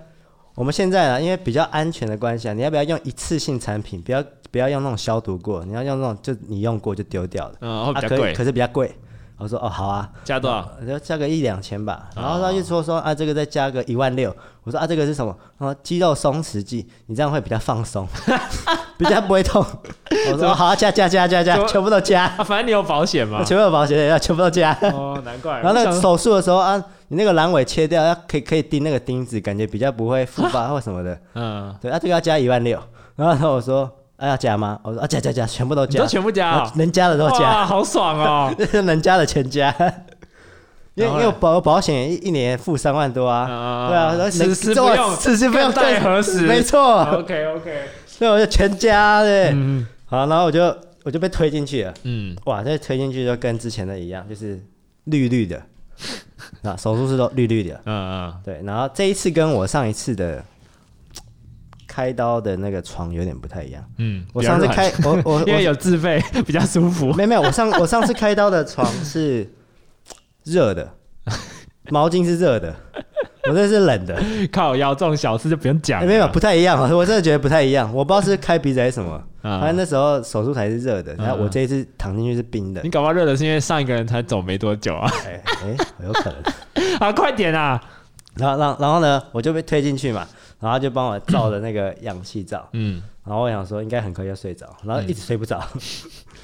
Speaker 2: 我们现在啊，因为比较安全的关系啊，你要不要用一次性产品？不要不要用那种消毒过，你要用那种就你用过就丢掉的，
Speaker 1: 嗯，会比
Speaker 2: 啊
Speaker 1: 较
Speaker 2: 可以
Speaker 1: 贵
Speaker 2: 可，是比较贵。我说哦好啊，
Speaker 1: 加多少？
Speaker 2: 我就加个一两千吧。然后他
Speaker 1: 哦
Speaker 2: 就说说啊这个再加个一万六，我说啊这个是什么？啊肌肉松弛剂，你这样会比较 放松，比较不会痛。我说哦好啊加加加加加
Speaker 1: 怎，么
Speaker 2: 全部都加。
Speaker 1: 啊，反正你有保险嘛。
Speaker 2: 全部有保险要全部都加。
Speaker 1: 哦，难怪。
Speaker 2: 然后那
Speaker 1: 我
Speaker 2: 个
Speaker 1: 想
Speaker 2: 手术的时候啊，你那个阑尾切掉，要可以可以钉那个钉子，感觉比较不会复发或什么的。
Speaker 1: 嗯，
Speaker 2: 对，啊，这个要加一万六。然后我说，啊要加吗？我说啊加加加，全部都
Speaker 1: 你
Speaker 2: 加
Speaker 1: 都，全部加
Speaker 2: 然
Speaker 1: 啊
Speaker 2: 后，能加的都加，
Speaker 1: 哇，好爽 哦。
Speaker 2: 能加的全 加。因为
Speaker 1: 然后嘞
Speaker 2: 因为我保保险一一年付三万多啊，
Speaker 1: 啊
Speaker 2: 对啊，然后
Speaker 1: 此
Speaker 2: 能
Speaker 1: 时
Speaker 2: 这
Speaker 1: 不
Speaker 2: 么
Speaker 1: 用
Speaker 2: 此时不用
Speaker 1: 更待何时
Speaker 2: 没错，
Speaker 1: OK OK，
Speaker 2: 所以我就全加对。
Speaker 1: 嗯
Speaker 2: 好，然后我就我就被推进去了。
Speaker 1: 嗯，
Speaker 2: 哇，这推进去就跟之前的一样，就是绿绿的， 啊，手术室都绿绿的。
Speaker 1: 嗯
Speaker 2: 对，然后这一次跟我上一次的开刀的那个床有点不太一样。
Speaker 1: 嗯，
Speaker 2: 我上次
Speaker 1: 比较软，
Speaker 2: 开，我我
Speaker 1: 因为
Speaker 2: 我，
Speaker 1: 有自费， 比较舒服。
Speaker 2: 没有没有，我上我上次开刀的床是热的， 毛巾是热的，我这是冷的，
Speaker 1: 靠腰这种小事就不用讲
Speaker 2: 哎
Speaker 1: 了。
Speaker 2: 没有不太一样啊，我真的觉得不太一样，我不知道是开鼻子还是什么，
Speaker 1: 嗯
Speaker 2: 反正那时候手术台是热的，然后我
Speaker 1: 嗯嗯
Speaker 2: 这一次躺进去是冰的
Speaker 1: 你，搞不好热的是因为上一个人才走没多久啊！
Speaker 2: 哎哎，有可能。
Speaker 1: 啊，快点啊！
Speaker 2: 然后，然后，然后呢，我就被推进去嘛，然后他就帮我照了那个氧气罩，
Speaker 1: 嗯，
Speaker 2: 然后我想说应该很快就睡着，然后一直睡不着，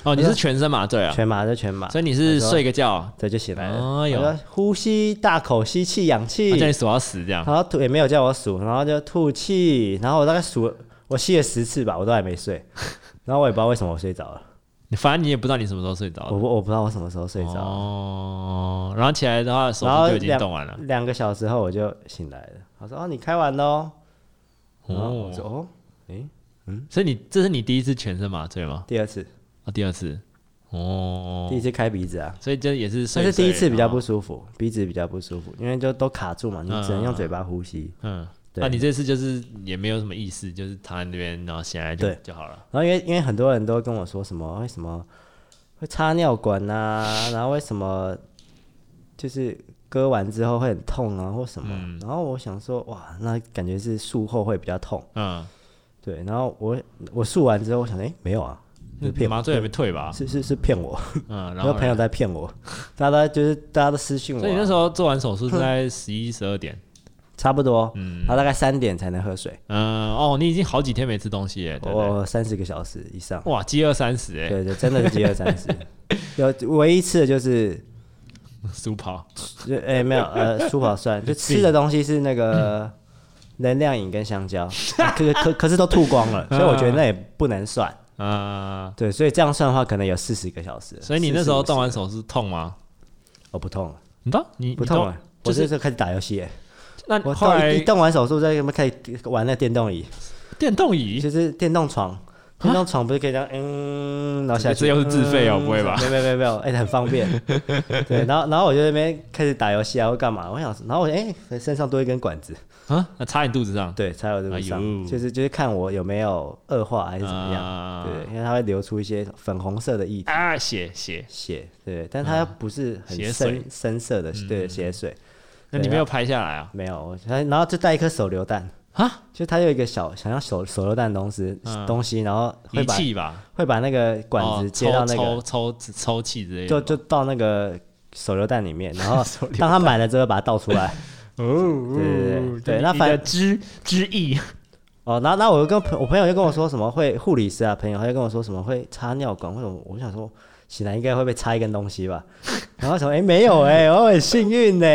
Speaker 1: 哦，你是全身麻醉啊，
Speaker 2: 全麻就全麻，
Speaker 1: 所以你是
Speaker 2: 我说
Speaker 1: 睡个觉，
Speaker 2: 这就醒来了。
Speaker 1: 哦哟哦
Speaker 2: 我说呼吸，大口吸气，氧气
Speaker 1: 他，叫你数到十这样。
Speaker 2: 然后吐也没有叫我数，然后就吐气，然后我大概数了，我吸了十次吧，我都还 没睡，然后我也不知道为什么我睡着了，
Speaker 1: 反正你也不知道你什么时候睡着
Speaker 2: 我
Speaker 1: 的。
Speaker 2: 不我不知道我什么时候睡着了，
Speaker 1: 哦，然后起来的话，手
Speaker 2: 然后
Speaker 1: 术就已经
Speaker 2: 两
Speaker 1: 动完了。
Speaker 2: 两个小时后我就醒来了，他说哦你开完喽，然后我说
Speaker 1: 哦，
Speaker 2: 哦，
Speaker 1: 所以你这是你第一次全身麻醉吗？
Speaker 2: 第二次，
Speaker 1: 啊，第二次。哦
Speaker 2: 第，一次开鼻子啊。
Speaker 1: 所以这也是睡
Speaker 2: 但
Speaker 1: 一睡。啊
Speaker 2: 是第一次比较
Speaker 1: 然后
Speaker 2: 不舒服，鼻子比较不舒服，因为就都卡住嘛，你只能用嘴巴呼吸。
Speaker 1: 嗯，
Speaker 2: 对
Speaker 1: 那、你这次就是也没有什么意思，就是躺在那边，然后醒来就
Speaker 2: 对
Speaker 1: 就好了。
Speaker 2: 然后因为因为很多人都跟我说什么为什么会插尿管啊，然后为什么就是割完之后会很痛啊或什么，
Speaker 1: 嗯
Speaker 2: 然后我想说哇，那感觉是术后会比较痛，
Speaker 1: 嗯，
Speaker 2: 对。然后我我术完之后，我想哎、诶没有啊，是
Speaker 1: 那
Speaker 2: 骗
Speaker 1: 麻
Speaker 2: 我，
Speaker 1: 醉也没退吧？
Speaker 2: 是是是骗我，
Speaker 1: 嗯，
Speaker 2: 很
Speaker 1: 然
Speaker 2: 多
Speaker 1: 后
Speaker 2: 朋友在骗我，大家都就是大家都私信我啊、
Speaker 1: 所以那时候做完手术是在十一、十二点。
Speaker 2: 差不多，然后大概三点才能喝水，
Speaker 1: 嗯，哦，你已经好几天没吃东西耶，对不对？
Speaker 2: 我三十个小时以上。
Speaker 1: 哇，饥饿三十哎，
Speaker 2: 哦对对，真的是饥饿三 十。有唯一吃的就是，
Speaker 1: 苏跑
Speaker 2: 就哎、没有呃，舒跑算，就吃的东西是那个能量饮跟香蕉，啊可可可是都吐光了，所以我觉得那也不能算。
Speaker 1: 啊。
Speaker 2: 对，所以这样算的话，可能有四十个小时。
Speaker 1: 所以你那时候
Speaker 2: 40
Speaker 1: 动完手术痛吗？
Speaker 2: 我不痛了，
Speaker 1: 你痛？你
Speaker 2: 不
Speaker 1: 你
Speaker 2: 痛
Speaker 1: 动
Speaker 2: 了，我
Speaker 1: 就是
Speaker 2: 这时候开始打游戏耶，
Speaker 1: 那
Speaker 2: 我
Speaker 1: 后
Speaker 2: 到一
Speaker 1: 来
Speaker 2: 一动完手术，再开始玩那电动椅，
Speaker 1: 电动椅
Speaker 2: 就是电动床。电动床不是可以这样，嗯，然后下去。
Speaker 1: 啊这又是自费哦
Speaker 2: 嗯
Speaker 1: 不会吧
Speaker 2: 没有没有没有没有，哎、很方便。对，然后然后我就在那边开始打游戏啊，或干嘛？我想，然后我哎、身上多一根管子，
Speaker 1: 啊，那插你肚子上，
Speaker 2: 对，插有这个上，
Speaker 1: 哎呦
Speaker 2: 就是就是看我有没有恶化还是怎么样。
Speaker 1: 啊
Speaker 2: 对，因为它会流出一些粉红色的液体
Speaker 1: 啊，血血，
Speaker 2: 血，对，但它不是
Speaker 1: 啊
Speaker 2: 很
Speaker 1: 血
Speaker 2: 深
Speaker 1: 水嗯
Speaker 2: 深色的，对，血水
Speaker 1: 那
Speaker 2: 对
Speaker 1: 你没
Speaker 2: 啊
Speaker 1: 有拍下来啊？
Speaker 2: 没有。我它然后就带一颗手榴弹，
Speaker 1: 啊，
Speaker 2: 就它有一个小想要手手榴弹的东西
Speaker 1: 嗯
Speaker 2: 东西，然后会
Speaker 1: 仪
Speaker 2: 把
Speaker 1: 器吧，
Speaker 2: 会把那个管子
Speaker 1: 哦
Speaker 2: 接到那
Speaker 1: 抽抽
Speaker 2: 个，
Speaker 1: 抽抽气之类
Speaker 2: 就
Speaker 1: 的，
Speaker 2: 就到那个手榴弹里面，然后
Speaker 1: 手榴
Speaker 2: 当它满了之后把它倒出来。
Speaker 1: 哦，
Speaker 2: 对对对对那
Speaker 1: 你
Speaker 2: 反
Speaker 1: 的知知意，
Speaker 2: 哦，然后然后我就跟朋我朋友就跟我说什么会护理师啊，朋友他就跟我说什么会插尿管，为什么？我想说，显然应该会被插一根东西吧。然后什么哎没有哎、我很幸运呢、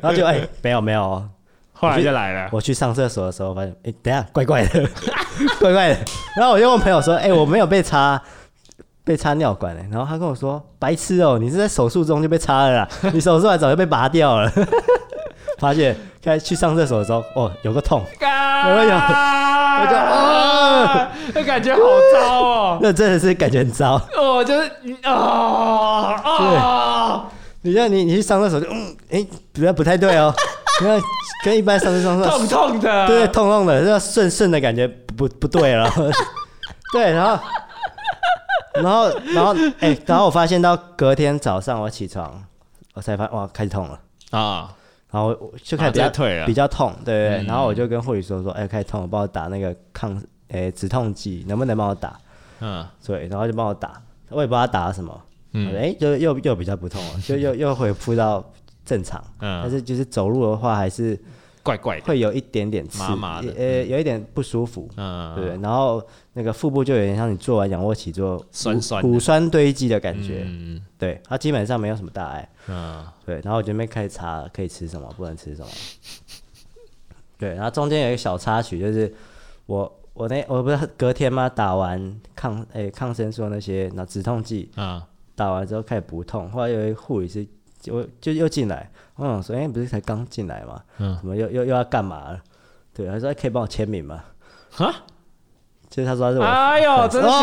Speaker 2: 然后就哎、没有没有哦，
Speaker 1: 后来就来了，
Speaker 2: 我去上厕所的时候发现哎、等一下怪怪的 怪怪的，然后我就问朋友说哎、我没有被插。被插尿管了、欸然后他跟我说：“白痴哦、你是在手术中就被插了啦，你手术完早就被拔掉了。” 发现开始去上厕所的时候，哦，有个痛，
Speaker 1: 啊
Speaker 2: 我就我就哦
Speaker 1: 啊，那感觉好糟哦，
Speaker 2: 那真的是感觉很糟。
Speaker 1: 哦，就是啊啊，
Speaker 2: 你像你你去上厕所就嗯，哎、不太不太对 哦，你看跟一般上厕上厕
Speaker 1: 痛
Speaker 2: 所
Speaker 1: 痛的，
Speaker 2: 对痛痛的，这顺顺的感觉不不不对了， 对，然后然后然后哎、然后我发现到隔天早上我起床，我才发哇开始痛了。
Speaker 1: 啊，
Speaker 2: 然后我就开始
Speaker 1: 啊
Speaker 2: 比较、
Speaker 1: 直接退了
Speaker 2: 比较痛，对对对。
Speaker 1: 嗯
Speaker 2: 然后我就跟护理说说，哎、开始痛了，帮我打那个抗哎止痛剂，能不能帮我打？
Speaker 1: 嗯，
Speaker 2: 对，然后就帮我打，我也不知道他打了什么，
Speaker 1: 嗯
Speaker 2: 嗯，哎、就又又比较不痛了，就又又恢复到正常，
Speaker 1: 嗯
Speaker 2: 但是就是走路的话还是
Speaker 1: 怪怪的，
Speaker 2: 会有一点点刺，
Speaker 1: 麻麻的
Speaker 2: 呃，有一点不舒服，
Speaker 1: 嗯，
Speaker 2: 对，然后那个腹部就有点像你做完仰卧起坐，
Speaker 1: 酸
Speaker 2: 骨
Speaker 1: 酸的
Speaker 2: 骨酸堆积的感觉，
Speaker 1: 嗯
Speaker 2: 对，它基本上没有什么大碍，
Speaker 1: 嗯，
Speaker 2: 对，然后我就没开始查了可以吃什么，不能吃什么。对，然后中间有一个小插曲，就是我我那我不是隔天吗？打完抗诶、抗生素那些，然后止痛剂
Speaker 1: 啊，
Speaker 2: 打完之后开始不痛，后来有一个护理师就就又进来，我想说，哎、不是才刚进来吗？
Speaker 1: 嗯
Speaker 2: 怎么又又又要干嘛了？对，他说哎可以帮我签名吗？
Speaker 1: 哈，
Speaker 2: 就是他说他是我，
Speaker 1: 哎呦，真的假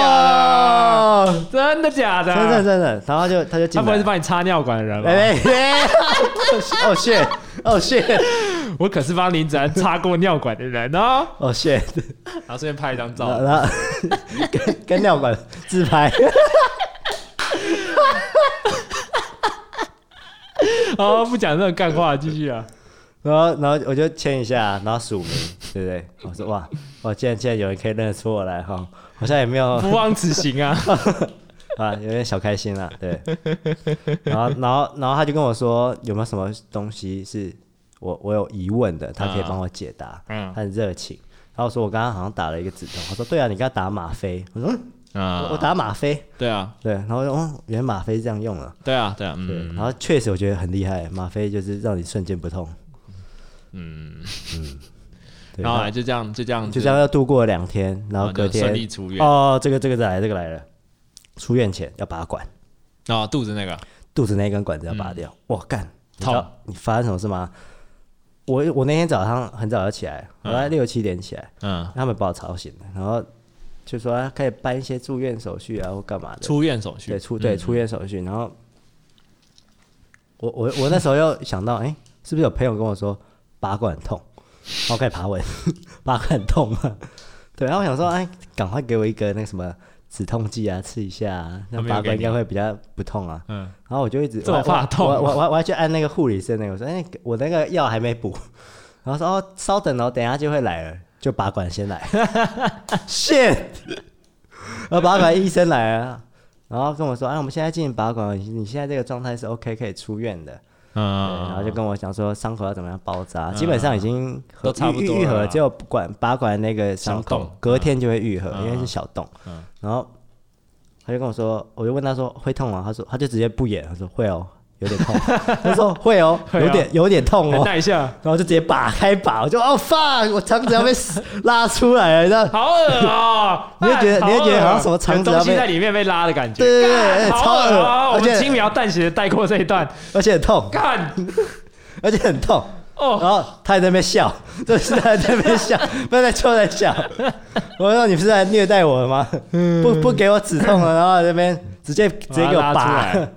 Speaker 1: 的？
Speaker 2: 哦
Speaker 1: 真的假的？
Speaker 2: 真的真的，然后他就他就进
Speaker 1: 他
Speaker 2: 来，
Speaker 1: 不会是帮你插尿管的人吧？
Speaker 2: 哎哎哎，哦 shit，哦 shit，
Speaker 1: 我可是帮林子安插过尿管的人哦。
Speaker 2: 哦 shit。
Speaker 1: 然后顺便拍一张
Speaker 2: 然后
Speaker 1: 照，
Speaker 2: 然后 跟跟尿管自拍，
Speaker 1: 哦，不讲这种干话，继续 啊。
Speaker 2: 然后然后我就签一下，然后署名，对不对？我说哇，哦我竟然竟然有人可以认得出我来哈，好像也没有
Speaker 1: 不枉此行 啊！
Speaker 2: 啊，有点小开心啦，对。然后然后然后他就跟我说有没有什么东西是我我有疑问的，他可以帮我解答，
Speaker 1: 嗯
Speaker 2: 他很热情。然后我说我刚刚好像打了一个止痛，他说对啊，你刚刚打吗啡，我说、嗯
Speaker 1: 啊
Speaker 2: 我我打吗啡，
Speaker 1: 对啊，
Speaker 2: 对，然后我说哦，原来吗啡是这样用的。
Speaker 1: 对啊，对啊，
Speaker 2: 对，
Speaker 1: 嗯
Speaker 2: 然后确实我觉得很厉害，吗啡就是让你瞬间不痛。
Speaker 1: 嗯，
Speaker 2: 对，
Speaker 1: 然后来就这样，就这样子，
Speaker 2: 就这样又度过了两天，然后
Speaker 1: 啊
Speaker 2: 隔
Speaker 1: 就顺利
Speaker 2: 天
Speaker 1: 出院
Speaker 2: 哦，这个这个再来，这个来了，出院前要拔管，
Speaker 1: 啊，肚子那个
Speaker 2: 肚子那根管子要拔掉，我干，
Speaker 1: 嗯
Speaker 2: 你知
Speaker 1: 痛
Speaker 2: 道你发生什么事吗？我我那天早上很早就起来，我在六七点起来，
Speaker 1: 嗯，
Speaker 2: 他们把我吵醒了，然后就说啊开始办一些住院手续啊或干嘛的，
Speaker 1: 出院手续嗯
Speaker 2: 对，出对出院手续，然后我我我那时候又想到，哎、是不是有朋友跟我说拔管很痛，然后开始爬文， 拔管很痛嘛，对，然后我想说，哎、赶快给我一个那个什么止痛剂啊，吃一下、啊，那
Speaker 1: 他没有
Speaker 2: 拔管
Speaker 1: 给
Speaker 2: 应
Speaker 1: 你
Speaker 2: 该会比较不痛啊。
Speaker 1: 嗯，
Speaker 2: 然后我就一直
Speaker 1: 这么
Speaker 2: 我
Speaker 1: 怕痛
Speaker 2: 我我我我要去按那个护理师那个，我说，哎、我那个药还没补， 然后说哦，稍等哦，等一下就会来了，就拔管先来 ，shit，然后拔管医生来了，然后跟我说，哎、我们现在进行拔管，你你现在这个状态是 OK 可以出院的，对
Speaker 1: 嗯，
Speaker 2: 然后就跟我讲说伤口要怎么样包扎，基本上已经和
Speaker 1: 啊都差不
Speaker 2: 愈
Speaker 1: 多
Speaker 2: 愈
Speaker 1: 了
Speaker 2: 合，
Speaker 1: 啦
Speaker 2: 只有不管拔管那个伤
Speaker 1: 小
Speaker 2: 口
Speaker 1: 洞
Speaker 2: 隔天就会愈合，
Speaker 1: 嗯
Speaker 2: 因为是小洞
Speaker 1: 嗯，
Speaker 2: 然后。他就跟我说，我就问他说会痛吗？他说他就直接不演，他说会哦，有点 痛。他说会哦，
Speaker 1: 会哦
Speaker 2: 有点有点痛
Speaker 1: 等
Speaker 2: 哦。
Speaker 1: 待一下，
Speaker 2: 然后就直接拔开拔，我就哦 fuck，我肠子要被 拉出来了，你知道？
Speaker 1: 好恶啊！
Speaker 2: 你会觉得
Speaker 1: 哎
Speaker 2: 你会觉得
Speaker 1: 恶
Speaker 2: 好像什么肠子
Speaker 1: 有东
Speaker 2: 要
Speaker 1: 西
Speaker 2: 被
Speaker 1: 在里面被拉的感觉，
Speaker 2: 对对对
Speaker 1: 干
Speaker 2: 哎
Speaker 1: 好
Speaker 2: 超恶
Speaker 1: 恶啊！我
Speaker 2: 而且
Speaker 1: 们轻描淡写的带过这一段，
Speaker 2: 而且很痛。
Speaker 1: 干，
Speaker 2: 而且很痛。
Speaker 1: 哦
Speaker 2: 然后他还在那 边笑，就是他还在那边笑，不是在抽在笑。我说你不是在虐待我吗？不不给我止痛了，然后在那边直接直接给我
Speaker 1: 嗯把它拉
Speaker 2: 拔
Speaker 1: 出， 来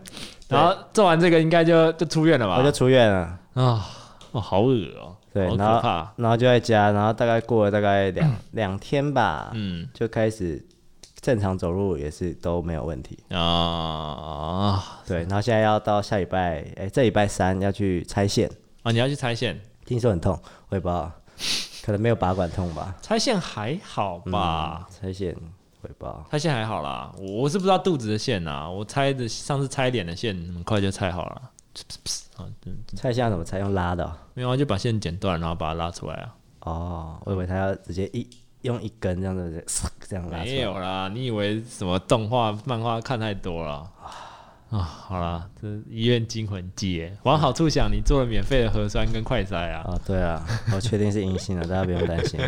Speaker 1: 然后做完这个应该就就出院了吧？
Speaker 2: 我就出院了。
Speaker 1: 啊，哦，好恶哦，
Speaker 2: 对，
Speaker 1: 好
Speaker 2: 然
Speaker 1: 可
Speaker 2: 后
Speaker 1: 怕，
Speaker 2: 然后就在家，然后大概过了大概两两天吧，
Speaker 1: 嗯
Speaker 2: 就开始正常走路，也是都没有问题。
Speaker 1: 啊
Speaker 2: 对，然后现在要到下礼拜，哎，这礼拜三要去拆线，
Speaker 1: 啊，你要去拆线，
Speaker 2: 听说很痛，我也不知道，可能没有拔管痛吧。嗯
Speaker 1: 拆线还好吧？
Speaker 2: 拆线我也不知道，
Speaker 1: 拆线还好啦，我我是不知道肚子的线呐，我拆的上次拆脸的线很快就拆好了，啊，嗯
Speaker 2: 拆线要怎么拆？用拉的哦。
Speaker 1: 没有啊，就把线剪断，然后把它拉出来啊。
Speaker 2: 哦，我以为他要直接一用一根这样子， 嗖这样拉出
Speaker 1: 没
Speaker 2: 来。
Speaker 1: 有啦，你以为什么动画、漫画看太多了啊？好啦，这医院惊魂记耶，往好处想，你做了免费的核酸跟快筛啊，
Speaker 2: 哦，对啊，我确定是阴性了，大家不用 担心。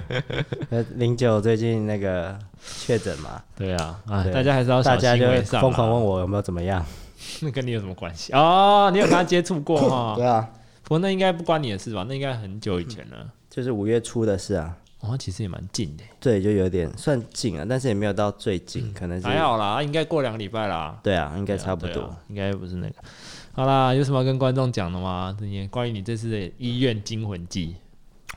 Speaker 2: 呃，零九最近那个确诊嘛，
Speaker 1: 对啊，啊，
Speaker 2: 对
Speaker 1: 大家还是要
Speaker 2: 大
Speaker 1: 小心
Speaker 2: 家就
Speaker 1: 为
Speaker 2: 会
Speaker 1: 上啊。
Speaker 2: 疯狂问我有没有怎么样。
Speaker 1: 那 跟你有什么关系？哦，你有跟他接触 过哈？
Speaker 2: 啊，
Speaker 1: 不过那应该不关你的事吧？那应该很久以前了。
Speaker 2: 就是五月初的事啊。
Speaker 1: 哦，其实也蛮近的，
Speaker 2: 对，就有点算近啊，但是也没有到最近，可能是
Speaker 1: 嗯还好啦，应该过两个礼拜啦。
Speaker 2: 对啊，应该差不
Speaker 1: 对
Speaker 2: 多
Speaker 1: 啊。，应该不是那个。好啦，有什么要跟观众讲的吗？你关于你这次的医院惊魂记，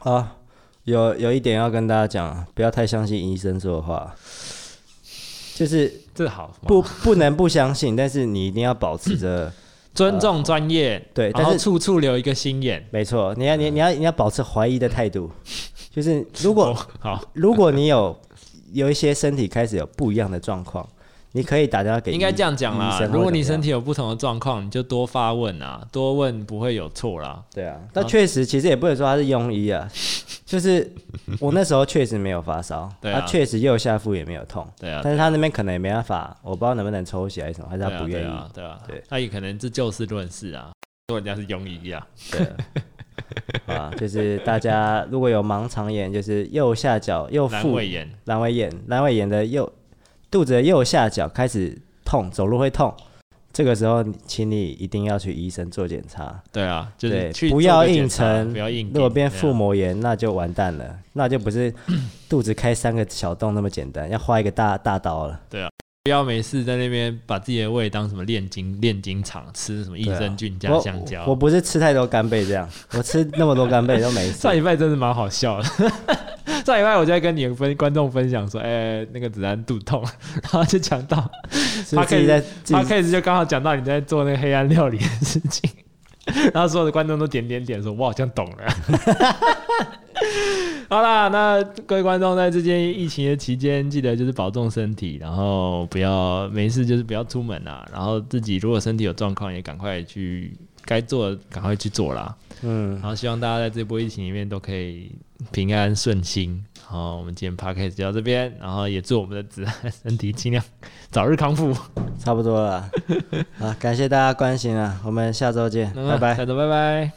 Speaker 2: 啊，有有一点要跟大家讲，不要太相信医生说的话，就是
Speaker 1: 这好吗
Speaker 2: 不不能不相信， 但是你一定要保持 着，
Speaker 1: 尊重专业，
Speaker 2: 呃对
Speaker 1: 然
Speaker 2: 但
Speaker 1: 后
Speaker 2: 是
Speaker 1: 处处留一个心眼。
Speaker 2: 没错，你要你你要你要保持怀疑的 态度，就是如
Speaker 1: 哦，
Speaker 2: 果
Speaker 1: 好，
Speaker 2: 如果你有有一些身体开始有不一样的状况，你可以打电话给
Speaker 1: 应该
Speaker 2: 医
Speaker 1: 这样讲
Speaker 2: 医
Speaker 1: 啦
Speaker 2: 生。或
Speaker 1: 如果你
Speaker 2: 怎么
Speaker 1: 身
Speaker 2: 样
Speaker 1: 体有不同的状况，你就多发问啊，多问不会有错啦。
Speaker 2: 对啊，但确实其实也不能说他是庸医啊， 就是我那时候确实没有发烧，
Speaker 1: 对啊
Speaker 2: 他确实右下腹也没有痛，
Speaker 1: 对啊，
Speaker 2: 但是他那边可能也没办法，我不知道能不能抽血还是什么，还是
Speaker 1: 对
Speaker 2: 他
Speaker 1: 啊
Speaker 2: 不愿
Speaker 1: 对
Speaker 2: 意。
Speaker 1: 啊，对啊，
Speaker 2: 对
Speaker 1: 他也可能是就事论事啊，说人家是庸医啊。
Speaker 2: 对， 好啊，就是大家如果有盲肠炎，就是右下角右
Speaker 1: 阑
Speaker 2: 腹
Speaker 1: 尾炎，
Speaker 2: 阑尾炎，阑尾炎的右肚子的右下角开始痛，走路会痛。这个时候，请你一定要去医生做检查。
Speaker 1: 对啊，就是
Speaker 2: 对
Speaker 1: 去
Speaker 2: 不要
Speaker 1: 做个检
Speaker 2: 硬
Speaker 1: 查
Speaker 2: 撑
Speaker 1: 不要硬顶。
Speaker 2: 如果变
Speaker 1: 对啊
Speaker 2: 腹膜炎，那就完蛋了，那就 不是肚子开三个小洞那么简单，要画一个大大刀了。
Speaker 1: 不要没事在那边把自己的胃当什么炼金炼金厂，吃什么益
Speaker 2: 对啊
Speaker 1: 生菌加
Speaker 2: 我
Speaker 1: 香蕉。
Speaker 2: 我不是吃太多干贝这样，我吃那么多干贝都 没事
Speaker 1: 上。礼拜真的蛮好笑的。 上礼拜我就在跟你们分观众分享说，哎、那个子安肚痛， 然后就讲到
Speaker 2: 是不是自己在自
Speaker 1: 他
Speaker 2: 己
Speaker 1: 开始就刚好讲到你在做那个黑暗料理的事情， 然后所有的观众都点点点说，我好像懂了。 好啦，那各位观众在这件疫情的期间，记得就是保重身体，然后不要没事就是不要出门啊，然后自己如果身体有状况也赶快去该做的赶快去做啦。
Speaker 2: 嗯
Speaker 1: 然，后希望大家在这波疫情里面都可以平安顺心。好，我们今天 podcast 就到这边，然后也祝我们的子安身体尽量早日康复。
Speaker 2: 差不多了。啊，感谢大家关心啊，我们下周见，
Speaker 1: 嗯
Speaker 2: 拜拜。
Speaker 1: 下周拜拜。